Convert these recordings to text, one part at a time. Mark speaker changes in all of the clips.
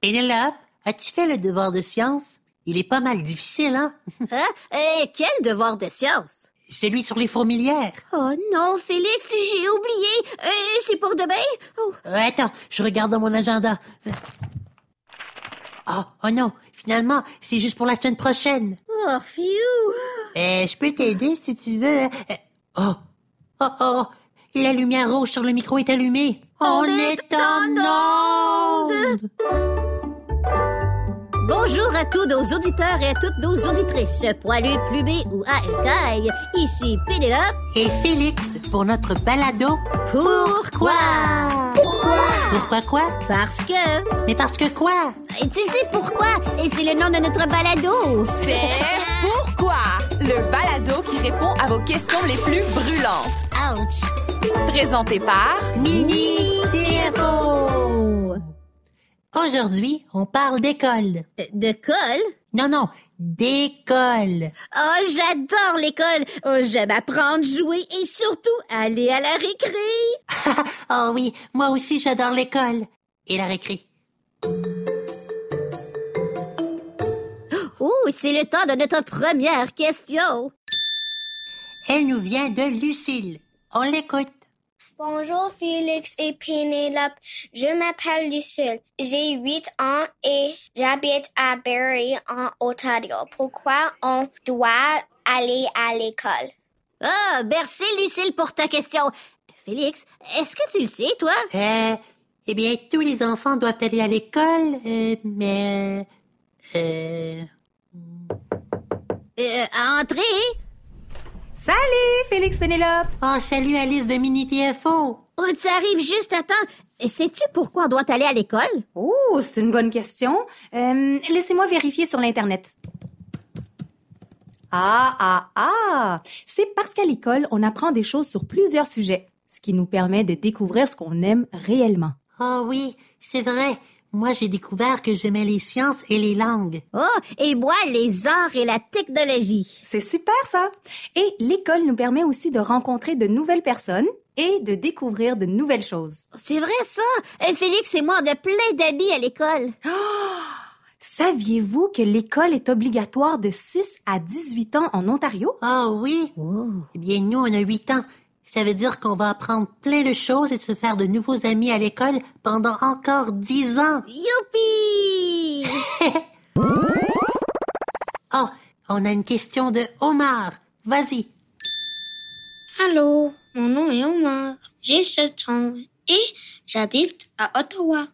Speaker 1: Pénélope, as-tu fait le devoir de science? Il est pas mal difficile, hein?
Speaker 2: Hein? Eh, quel devoir de science?
Speaker 1: Celui sur les fourmilières.
Speaker 2: Oh non, Félix, j'ai oublié. Euh, c'est pour demain? Oh.
Speaker 1: Euh, attends, je regarde dans mon agenda. Oh, oh non, finalement, c'est juste pour la semaine prochaine.
Speaker 2: Oh, phew.
Speaker 1: Euh, je peux t'aider si tu veux. Euh, oh, oh, oh, la lumière rouge sur le micro est allumée.
Speaker 2: On est en
Speaker 1: onde.
Speaker 2: Bonjour à tous nos auditeurs et à toutes nos auditrices, poilus, plumés ou à écailles. Ici Pénélope.
Speaker 1: Et Félix, pour notre balado, pourquoi? Pourquoi quoi?
Speaker 2: Parce que...
Speaker 1: Mais parce que quoi?
Speaker 2: Et tu sais pourquoi? Et c'est le nom de notre balado.
Speaker 3: C'est Pourquoi? Le balado qui répond à vos questions les plus brûlantes.
Speaker 1: Ouch!
Speaker 3: Présenté par
Speaker 1: Mini DFO! Aujourd'hui, on parle d'école.
Speaker 2: Euh, De colle?
Speaker 1: Non, non, d'école.
Speaker 2: Oh, j'adore l'école. Oh, j'aime apprendre, jouer et surtout aller à la récré.
Speaker 1: oh oui, moi aussi j'adore l'école. Et la récré.
Speaker 2: Oh, c'est le temps de notre première question.
Speaker 1: Elle nous vient de Lucille. On l'écoute.
Speaker 4: Bonjour Félix et Pénélope. Je m'appelle Lucille. J'ai 8 ans et j'habite à Barrie en Ontario. Pourquoi on doit aller à l'école?
Speaker 2: Ah, merci Lucille pour ta question. Félix, est-ce que tu le sais, toi?
Speaker 1: Euh, eh bien, tous les enfants doivent aller à l'école, euh, mais... Euh,
Speaker 2: Euh, à entrer?
Speaker 3: Salut, Félix Pénélope.
Speaker 1: Oh, salut Alice de Mini TFO.
Speaker 2: On t'arrive Oh, juste à temps. Et Sais-tu pourquoi on doit aller à l'école?
Speaker 5: Oh, c'est une bonne question. Euh, Laissez-moi vérifier sur l'Internet. Ah, ah, ah! C'est parce qu'à l'école, on apprend des choses sur plusieurs sujets, ce qui nous permet de découvrir ce qu'on aime réellement.
Speaker 1: Oh oui, c'est vrai. Moi, j'ai découvert que j'aimais les sciences et les langues.
Speaker 2: Oh, et moi, les arts et la technologie.
Speaker 5: C'est super ça! Et l'école nous permet aussi de rencontrer de nouvelles personnes et de découvrir de nouvelles choses.
Speaker 2: C'est vrai, ça. Euh, Félix et moi, on a plein d'amis à l'école.
Speaker 5: Saviez-vous que l'école est obligatoire de 6 à 18 ans en Ontario?
Speaker 1: Oh oui. Eh bien, nous, on a huit ans. Ça veut dire qu'on va apprendre plein de choses et se faire de nouveaux amis à l'école pendant encore dix ans.
Speaker 2: Youpi!
Speaker 1: Oh, on a une question de Omar. Vas-y.
Speaker 6: Allô, mon nom est Omar, j'ai 7 ans et j'habite à Ottawa,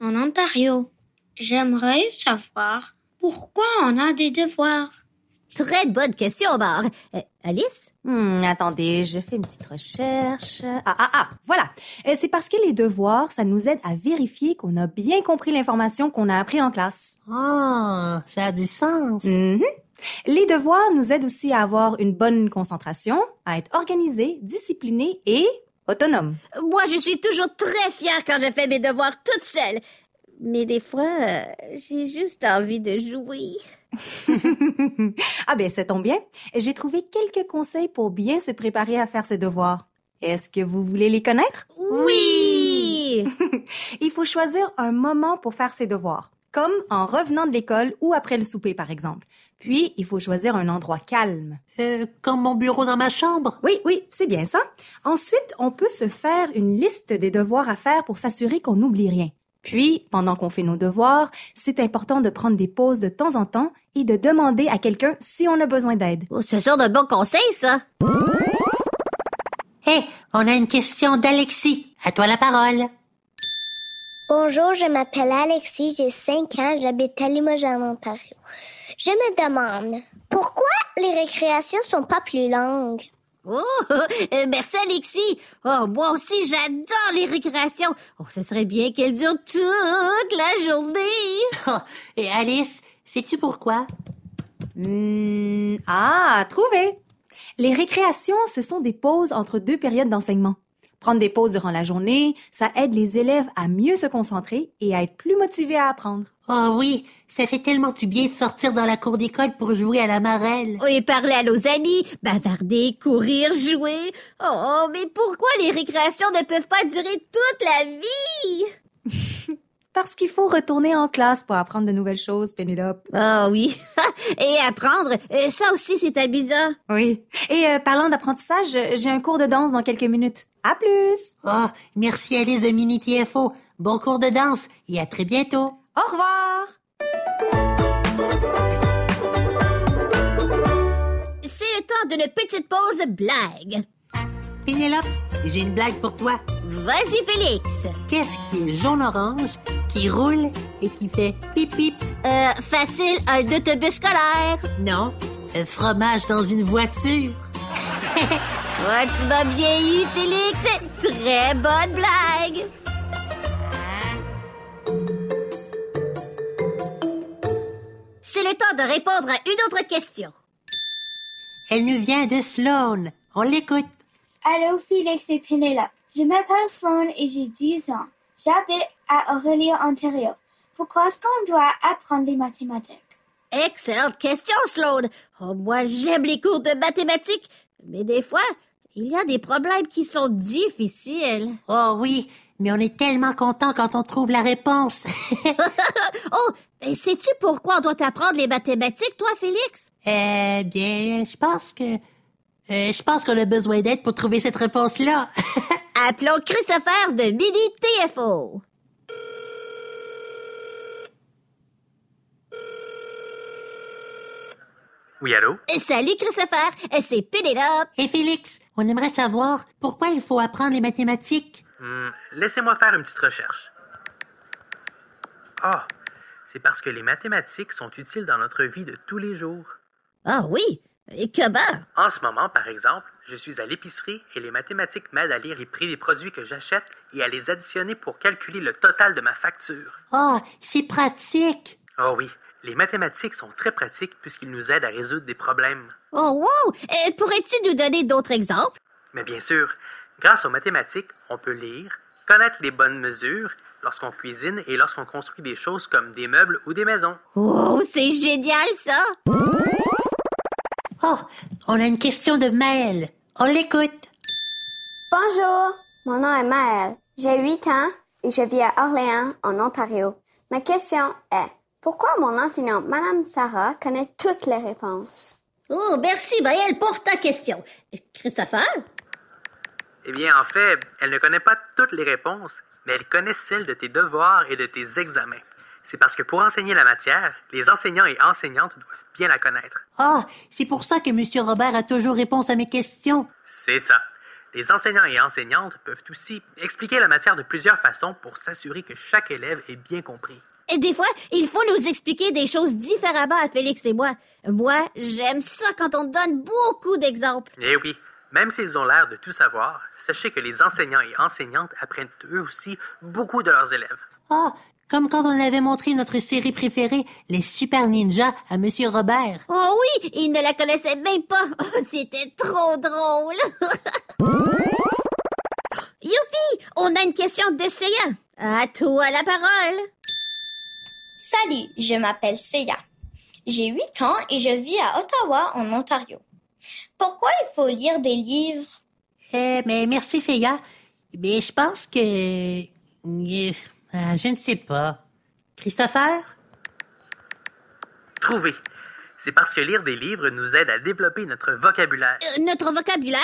Speaker 6: en Ontario. J'aimerais savoir pourquoi on a des devoirs.
Speaker 2: Très bonne question, Omar. Euh, Alice?
Speaker 5: Hmm, attendez, je fais une petite recherche. Ah, ah, ah, voilà. Euh, C'est parce que les devoirs, ça nous aide à vérifier qu'on a bien compris l'information qu'on a appris en classe.
Speaker 1: Oh, ça a du sens.
Speaker 5: Mhm. Les devoirs nous aident aussi à avoir une bonne concentration, à être organisé, discipliné et autonome.
Speaker 2: Moi, je suis toujours très fière quand je fais mes devoirs toute seule. Mais des fois, euh, j'ai juste envie de jouer.
Speaker 5: ah ben, ça tombe bien. J'ai trouvé quelques conseils pour bien se préparer à faire ses devoirs. Est-ce que vous voulez les connaître?
Speaker 2: Oui!
Speaker 5: Il faut choisir un moment pour faire ses devoirs, comme en revenant de l'école ou après le souper, par exemple. Puis, il faut choisir un endroit calme.
Speaker 1: Euh, comme mon bureau dans ma chambre.
Speaker 5: Oui, oui, c'est bien ça. Ensuite, on peut se faire une liste des devoirs à faire pour s'assurer qu'on n'oublie rien. Puis, pendant qu'on fait nos devoirs, c'est important de prendre des pauses de temps en temps et de demander à quelqu'un si on a besoin d'aide.
Speaker 2: Oh, ce genre de bon conseil, ça.
Speaker 1: Hé, Eh, on a une question d'Alexis. À toi la parole.
Speaker 4: Bonjour, je m'appelle Alexis, j'ai 5 ans, j'habite à Limoges en Ontario. Je me demande pourquoi les récréations sont pas plus longues.
Speaker 2: Oh, euh, merci, Alexis. Oh, moi aussi, j'adore les récréations. Oh, ce serait bien qu'elles durent toute la journée.
Speaker 1: Oh, et Alice, sais-tu pourquoi?
Speaker 5: Hmm, ah, trouvé! Les récréations, ce sont des pauses entre deux périodes d'enseignement. Prendre des pauses durant la journée, ça aide les élèves à mieux se concentrer et à être plus motivés à apprendre.
Speaker 1: Oh oui, ça fait tellement du bien de sortir dans la cour d'école pour jouer à la marelle.
Speaker 2: Oui, Oh, parler à nos amis, bavarder, courir, jouer. Oh, mais pourquoi les récréations ne peuvent pas durer toute la vie?
Speaker 5: Parce qu'il faut retourner en classe pour apprendre de nouvelles choses, Pénélope.
Speaker 2: Ah oui. Et apprendre, euh, ça aussi c'est amusant.
Speaker 5: Oui. Et euh, parlant d'apprentissage, euh, j'ai un cours de danse dans quelques minutes. À plus!
Speaker 1: Ah, merci Alice de Mini TFO. Bon cours de danse et à très bientôt.
Speaker 5: Au revoir!
Speaker 2: C'est le temps d'une petite pause blague.
Speaker 1: Pénélope, j'ai une blague pour toi.
Speaker 2: Vas-y Félix.
Speaker 1: Qu'est-ce qui est jaune-orange, qui roule et qui fait pip-pip?
Speaker 2: Euh, facile, un autobus scolaire.
Speaker 1: Non, un fromage dans une voiture.
Speaker 2: Oh, tu m'as bien eu, Félix. Très bonne blague. C'est le temps de répondre à une autre question.
Speaker 1: Elle nous vient de Sloan. On l'écoute.
Speaker 7: Allô, Félix et Penelope. Je m'appelle Sloan et j'ai 10 ans. J'habite à Aurelia, Ontario. Pourquoi est-ce qu'on doit apprendre les mathématiques?
Speaker 2: Excellente question, Sloan. Oh, moi, j'aime les cours de mathématiques, mais des fois, il y a des problèmes qui sont difficiles.
Speaker 1: Oh oui, mais on est tellement content quand on trouve la réponse.
Speaker 2: Oh, ben, sais-tu pourquoi on doit apprendre les mathématiques, toi, Félix?
Speaker 1: eh bien, je pense que... euh, je pense qu'on a besoin d'aide pour trouver cette réponse-là.
Speaker 2: Appelons Christopher de Mini TFO.
Speaker 8: Oui, allô?
Speaker 2: Euh, Salut, Christopher. Euh, C'est Pénélope.
Speaker 1: Et Félix, on aimerait savoir pourquoi il faut apprendre les mathématiques.
Speaker 8: Hmm, Laissez-moi faire une petite recherche. Ah, c'est parce que les mathématiques sont utiles dans notre vie de tous les jours.
Speaker 2: Ah oui? Et comment?
Speaker 8: En ce moment, par exemple, je suis à l'épicerie et les mathématiques m'aident à lire les prix des produits que j'achète et à les additionner pour calculer le total de ma facture.
Speaker 1: Oh, c'est pratique.
Speaker 8: Oh oui, les mathématiques sont très pratiques puisqu'ils nous aident à résoudre des problèmes.
Speaker 2: Oh wow! Euh, Pourrais-tu nous donner d'autres exemples?
Speaker 8: Mais bien sûr, grâce aux mathématiques, on peut lire, connaître les bonnes mesures lorsqu'on cuisine et lorsqu'on construit des choses comme des meubles ou des maisons.
Speaker 2: Oh, c'est génial ça!
Speaker 1: Oh, on a une question de Maël. On l'écoute.
Speaker 4: Bonjour, mon nom est Maëlle. J'ai 8 ans et je vis à Orléans, en Ontario. Ma question est, pourquoi mon enseignant, Madame Sarah, connaît toutes les réponses?
Speaker 2: Oh, merci, Maëlle, pour ta question. Euh, Christopher?
Speaker 8: Eh bien, en fait, elle ne connaît pas toutes les réponses, mais elle connaît celles de tes devoirs et de tes examens. C'est parce que pour enseigner la matière, les enseignants et enseignantes doivent bien la connaître.
Speaker 1: Ah, c'est pour ça que Monsieur Robert a toujours réponse à mes questions.
Speaker 8: C'est ça. Les enseignants et enseignantes peuvent aussi expliquer la matière de plusieurs façons pour s'assurer que chaque élève est bien compris.
Speaker 2: Et Euh, des fois, il faut nous expliquer des choses différemment à Félix et moi. Moi, j'aime ça quand on donne beaucoup d'exemples.
Speaker 8: Eh oui, même s'ils ont l'air de tout savoir, sachez que les enseignants et enseignantes apprennent eux aussi beaucoup de leurs élèves.
Speaker 1: Ah, comme quand on avait montré notre série préférée, les Super Ninjas, à Monsieur Robert.
Speaker 2: Oh oui, il ne la connaissait même pas. Oh, c'était trop drôle. Youpi, on a une question d'essayant. À toi la parole.
Speaker 4: Salut, je m'appelle Seiya. J'ai 8 ans et je vis à Ottawa, en Ontario. Pourquoi il faut lire des livres?
Speaker 1: Eh, mais merci, Seiya. Mais je pense que... euh, ah, je ne sais pas. Christopher?
Speaker 8: Trouver. C'est parce que lire des livres nous aide à développer notre vocabulaire.
Speaker 2: Euh, notre vocabulaire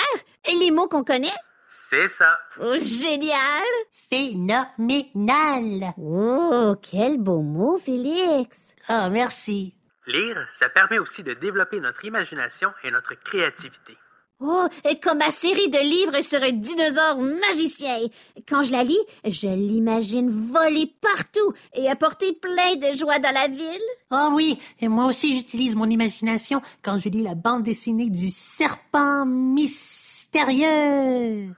Speaker 2: et les mots qu'on connaît.
Speaker 8: C'est ça.
Speaker 2: Oh, génial.
Speaker 1: Phénoménal.
Speaker 2: Oh, quel beau mot, Félix.
Speaker 1: Ah, merci.
Speaker 8: Lire, ça permet aussi de développer notre imagination et notre créativité.
Speaker 2: Oh, et comme ma série de livres sur un dinosaure magicien. Quand je la lis, je l'imagine voler partout et apporter plein de joie dans la ville.
Speaker 1: Ah oui, et moi aussi j'utilise mon imagination quand je lis la bande dessinée du serpent mystérieux.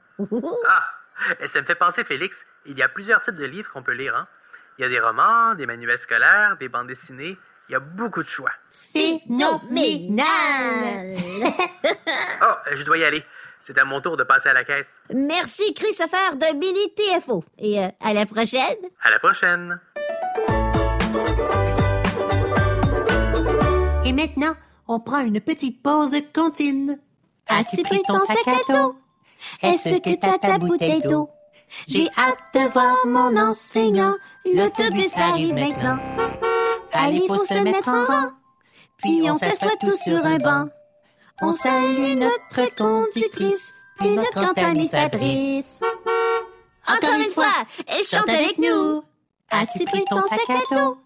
Speaker 8: Ah, et ça me fait penser, Félix, il y a plusieurs types de livres qu'on peut lire. Hein? Il y a des romans, des manuels scolaires, des bandes dessinées. Il y a beaucoup de choix.
Speaker 1: Phénoménal.
Speaker 8: Oh, je dois y aller. C'est à mon tour de passer à la caisse.
Speaker 2: Merci, Christopher de Mini TFO. Et euh, à la prochaine.
Speaker 8: À la prochaine.
Speaker 1: Et maintenant, on prend une petite pause cantine.
Speaker 2: As-tu pris ton sac à dos? Est-ce que t'as ta bouteille d'eau?
Speaker 1: J'ai hâte de voir mon enseignant. L'autobus arrive maintenant. Allez, faut se mettre en rang. Puis on s'assoit tous sur un banc. On salue notre conductrice, puis notre contaminatrice.
Speaker 2: Encore une fois, et chante avec nous.
Speaker 1: As-tu pris ton sac à dos?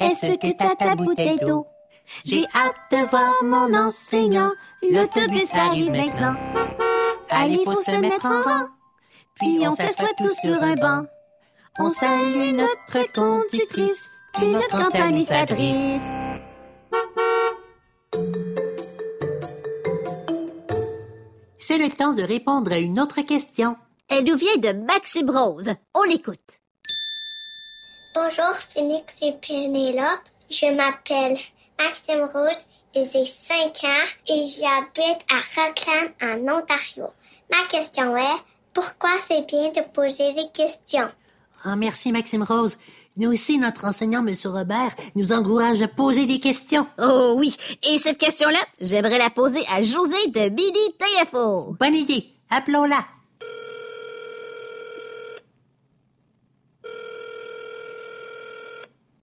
Speaker 1: Est-ce que t'as ta bouteille d'eau? J'ai hâte de voir mon enseignant. L'autobus arrive maintenant. Allez, faut se mettre en rang. Puis on s'assoit tous sur un banc. On salue notre conductrice, puis notre contaminatrice. C'est le temps de répondre à une autre question.
Speaker 2: Elle nous vient de Maxime Rose. On l'écoute.
Speaker 4: Bonjour Phoenix et Pénélope. Je m'appelle Maxime Rose et j'ai 5 ans et j'habite à Rockland en Ontario. Ma question est pourquoi c'est bien de poser des questions?
Speaker 1: Ah, merci, Maxime Rose. Nous aussi, notre enseignant, M. Robert, nous encourage à poser des questions.
Speaker 2: Oh oui, et cette question-là, j'aimerais la poser à José de Midi TFO.
Speaker 1: Bonne idée. Appelons-la.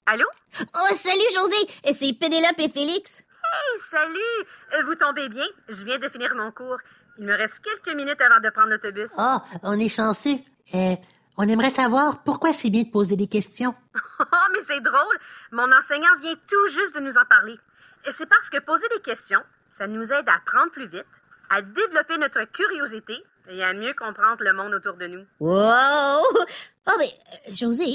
Speaker 9: Allô?
Speaker 2: Oh, salut José, c'est Pénélope et Félix.
Speaker 9: Hey, salut! Euh, Vous tombez bien? Je viens de finir mon cours. Il me reste quelques minutes avant de prendre l'autobus.
Speaker 1: Ah, on est chanceux. Euh, on aimerait savoir pourquoi c'est bien de poser des questions.
Speaker 9: Oh, mais c'est drôle! Mon enseignant vient tout juste de nous en parler. Et c'est parce que poser des questions, ça nous aide à apprendre plus vite, à développer notre curiosité et à mieux comprendre le monde autour de nous.
Speaker 2: Wow! Oh, mais euh, José,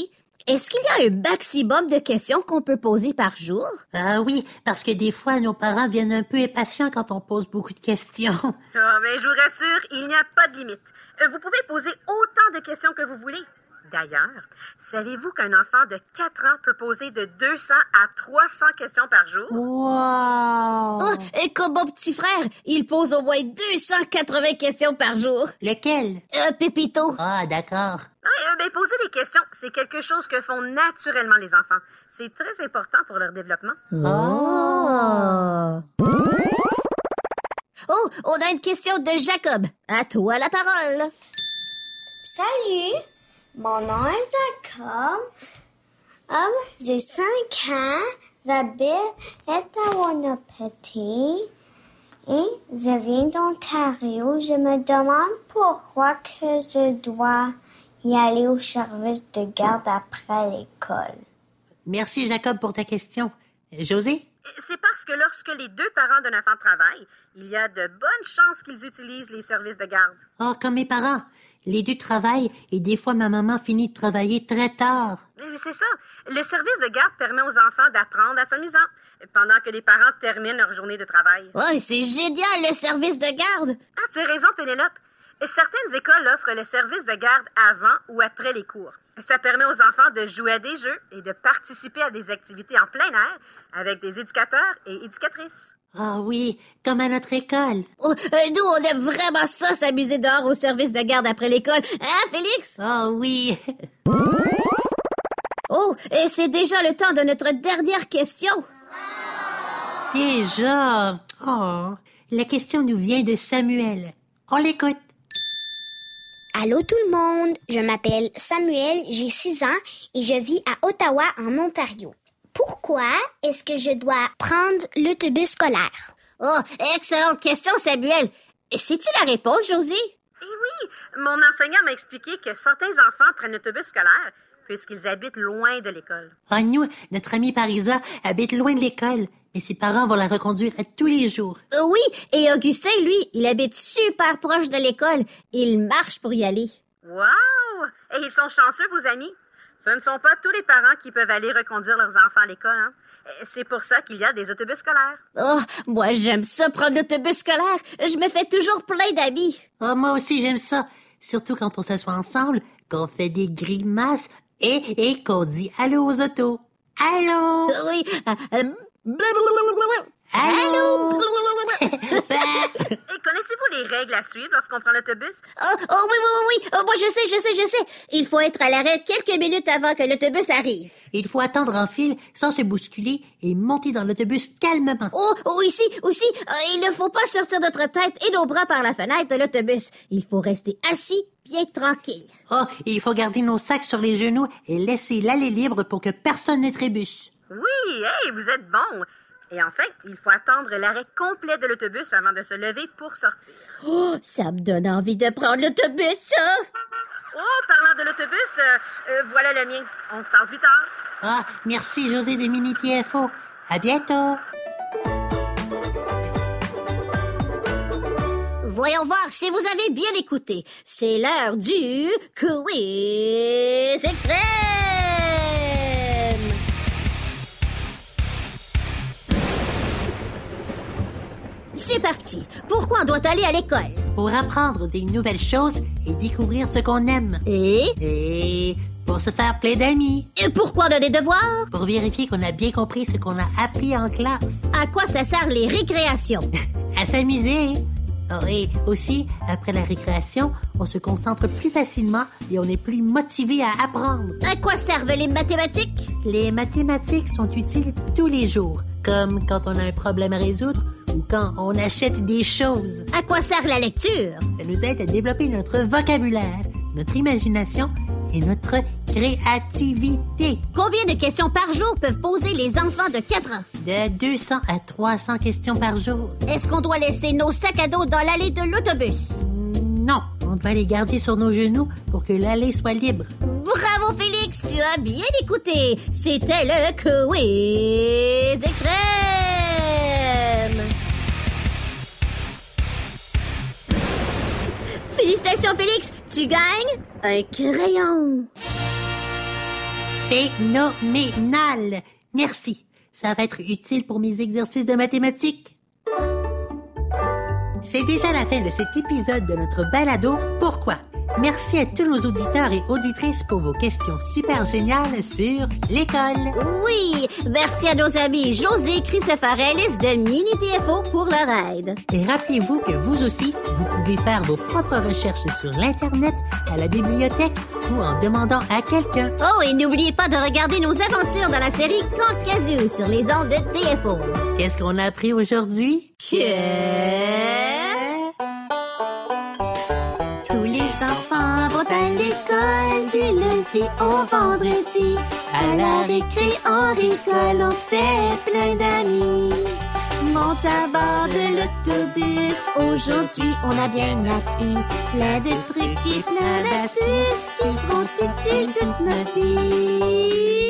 Speaker 2: est-ce qu'il y a un maximum de questions qu'on peut poser par jour?
Speaker 1: Ah oui, parce que des fois, nos parents deviennent un peu impatients quand on pose beaucoup de questions.
Speaker 9: Ah, mais je vous rassure, il n'y a pas de limite. Euh, Vous pouvez poser autant de questions que vous voulez. D'ailleurs, savez-vous qu'un enfant de 4 ans peut poser de 200 à 300 questions par jour?
Speaker 1: Wow!
Speaker 2: Oh, et comme mon petit frère, il pose au moins 280 questions par jour.
Speaker 1: Lequel?
Speaker 2: Euh, Pépito.
Speaker 1: Ah, d'accord.
Speaker 9: Ouais, euh, ben, poser des questions, c'est quelque chose que font naturellement les enfants. C'est très important pour leur développement.
Speaker 2: Oh! Oh, on a une question de Jacob. À toi la parole.
Speaker 4: Salut, mon nom est Jacob. Hum, j'ai 5 ans. J'habite à Wannapeti. Et je viens d'Ontario. Je me demande pourquoi que je dois y aller au service de garde après l'école.
Speaker 1: Merci, Jacob, pour ta question. Euh, José?
Speaker 9: Et C'est parce que lorsque les deux parents d'un enfant travaillent, il y a de bonnes chances qu'ils utilisent les services de garde.
Speaker 1: Ah, comme mes parents. Les deux travaillent et des fois, ma maman finit de travailler très tard.
Speaker 9: Mais Eh C'est ça. Le service de garde permet aux enfants d'apprendre à s'amusant pendant que les parents terminent leur journée de travail.
Speaker 2: Oh, c'est génial le service de garde.
Speaker 9: Ah, tu as raison, Pénélope. Certaines écoles offrent le service de garde avant ou après les cours. Ça permet aux enfants de jouer à des jeux et de participer à des activités en plein air avec des éducateurs et éducatrices.
Speaker 1: Ah oui, comme à notre école.
Speaker 2: Oh, euh, nous, on aime vraiment ça, s'amuser dehors au service de garde après l'école. Hein, Félix?
Speaker 1: Ah oui.
Speaker 2: Oh, et c'est déjà le temps de notre dernière question.
Speaker 1: Déjà. Oh. La question nous vient de Samuel. On l'écoute.
Speaker 4: Allô tout le monde, je m'appelle Samuel, j'ai 6 ans et je vis à Ottawa en Ontario. Pourquoi est-ce que je dois prendre l'autobus scolaire?
Speaker 2: Oh, excellente question, Samuel. Et sais-tu la réponse, Josie?
Speaker 9: Et oui, mon enseignant m'a expliqué que certains enfants prennent l'autobus scolaire puisqu'ils habitent loin de l'école.
Speaker 1: Ah, nous, notre amie Parisa habite loin de l'école, mais ses parents vont la reconduire à tous les jours.
Speaker 2: Euh, oui, et Augustin, lui, il habite super proche de l'école. Il marche pour y aller.
Speaker 9: Wow! Et ils sont chanceux, vos amis. Ce ne sont pas tous les parents qui peuvent aller reconduire leurs enfants à l'école. Hein? Et C'est pour ça qu'il y a des autobus scolaires.
Speaker 2: Oh, moi, j'aime ça prendre l'autobus scolaire. Je me fais toujours plein d'amis.
Speaker 1: Ah, moi aussi, j'aime ça. Surtout quand on s'assoit ensemble, qu'on fait des grimaces et, et qu'on dit allô aux autos. Allô!
Speaker 2: Euh, Oui. ah, euh, blablabla.
Speaker 1: Allô!
Speaker 9: Et connaissez-vous les règles à suivre lorsqu'on prend l'autobus?
Speaker 2: Oh, oh, oui, oui, oui, oui. Oh, moi, je sais, je sais, je sais. Il faut être à l'arrêt quelques minutes avant que l'autobus arrive.
Speaker 1: Il faut attendre en file sans se bousculer et monter dans l'autobus calmement.
Speaker 2: Oh, oh, ici, aussi, euh, il ne faut pas sortir notre tête et nos bras par la fenêtre de l'autobus. Il faut rester assis bien tranquille.
Speaker 1: Oh, il faut garder nos sacs sur les genoux et laisser l'allée libre pour que personne ne trébuche.
Speaker 9: Oui, hey, vous êtes bon. Et enfin, il faut attendre l'arrêt complet de l'autobus avant de se lever pour sortir.
Speaker 2: Oh, ça me donne envie de prendre l'autobus, ça!
Speaker 9: Oh, parlant de l'autobus, euh, euh, voilà le mien. On se parle plus tard.
Speaker 1: Ah, merci José des Mini TFO. À bientôt.
Speaker 2: Voyons voir si vous avez bien écouté. C'est l'heure du quiz extrême. C'est parti. Pourquoi on doit aller à l'école?
Speaker 1: Pour apprendre des nouvelles choses et découvrir ce qu'on aime.
Speaker 2: Et,
Speaker 1: Et pour se faire plein d'amis.
Speaker 2: et pourquoi on a des devoirs?
Speaker 1: Pour vérifier qu'on a bien compris ce qu'on a appris en classe.
Speaker 2: À quoi ça sert les récréations?
Speaker 1: À s'amuser. Oh, Et aussi, après la récréation, on se concentre plus facilement et on est plus motivé à apprendre.
Speaker 2: À quoi servent les mathématiques?
Speaker 1: Les mathématiques sont utiles tous les jours, comme quand on a un problème à résoudre ou quand on achète des choses.
Speaker 2: À quoi sert la lecture?
Speaker 1: Ça nous aide à développer notre vocabulaire, notre imagination et notre créativité.
Speaker 2: Combien de questions par jour peuvent poser les enfants de 4 ans?
Speaker 1: De 200 à 300 questions par jour.
Speaker 2: Est-ce qu'on doit laisser nos sacs à dos dans l'allée de l'autobus?
Speaker 1: Non, on doit les garder sur nos genoux pour que l'allée soit libre.
Speaker 2: Bravo Félix, tu as bien écouté. C'était le quiz extrême. Félicitations Félix, tu gagnes un crayon.
Speaker 1: Phénoménal. Merci. Ça va être utile pour mes exercices de mathématiques. C'est déjà la fin de cet épisode de notre balado Pourquoi? Merci à tous nos auditeurs et auditrices pour vos questions super géniales sur l'école.
Speaker 2: Oui, merci à nos amis José Christopher Ellis de Mini TFO pour leur aide.
Speaker 1: Et rappelez-vous que vous aussi, vous pouvez faire vos propres recherches sur l'Internet, à la bibliothèque ou en demandant à quelqu'un.
Speaker 2: Oh, et n'oubliez pas de regarder nos aventures dans la série Caucasius sur les ondes de TFO.
Speaker 1: Qu'est-ce qu'on a appris aujourd'hui?
Speaker 2: Que...
Speaker 1: Tous les enfants vont
Speaker 2: à l'école du lundi au vendredi. À la récré, on rigole, on se fait plein d'amis. Monte à bord de l'autobus, aujourd'hui on a bien appris plein de trucs et plein d'astuces qui sont utiles toute notre vie.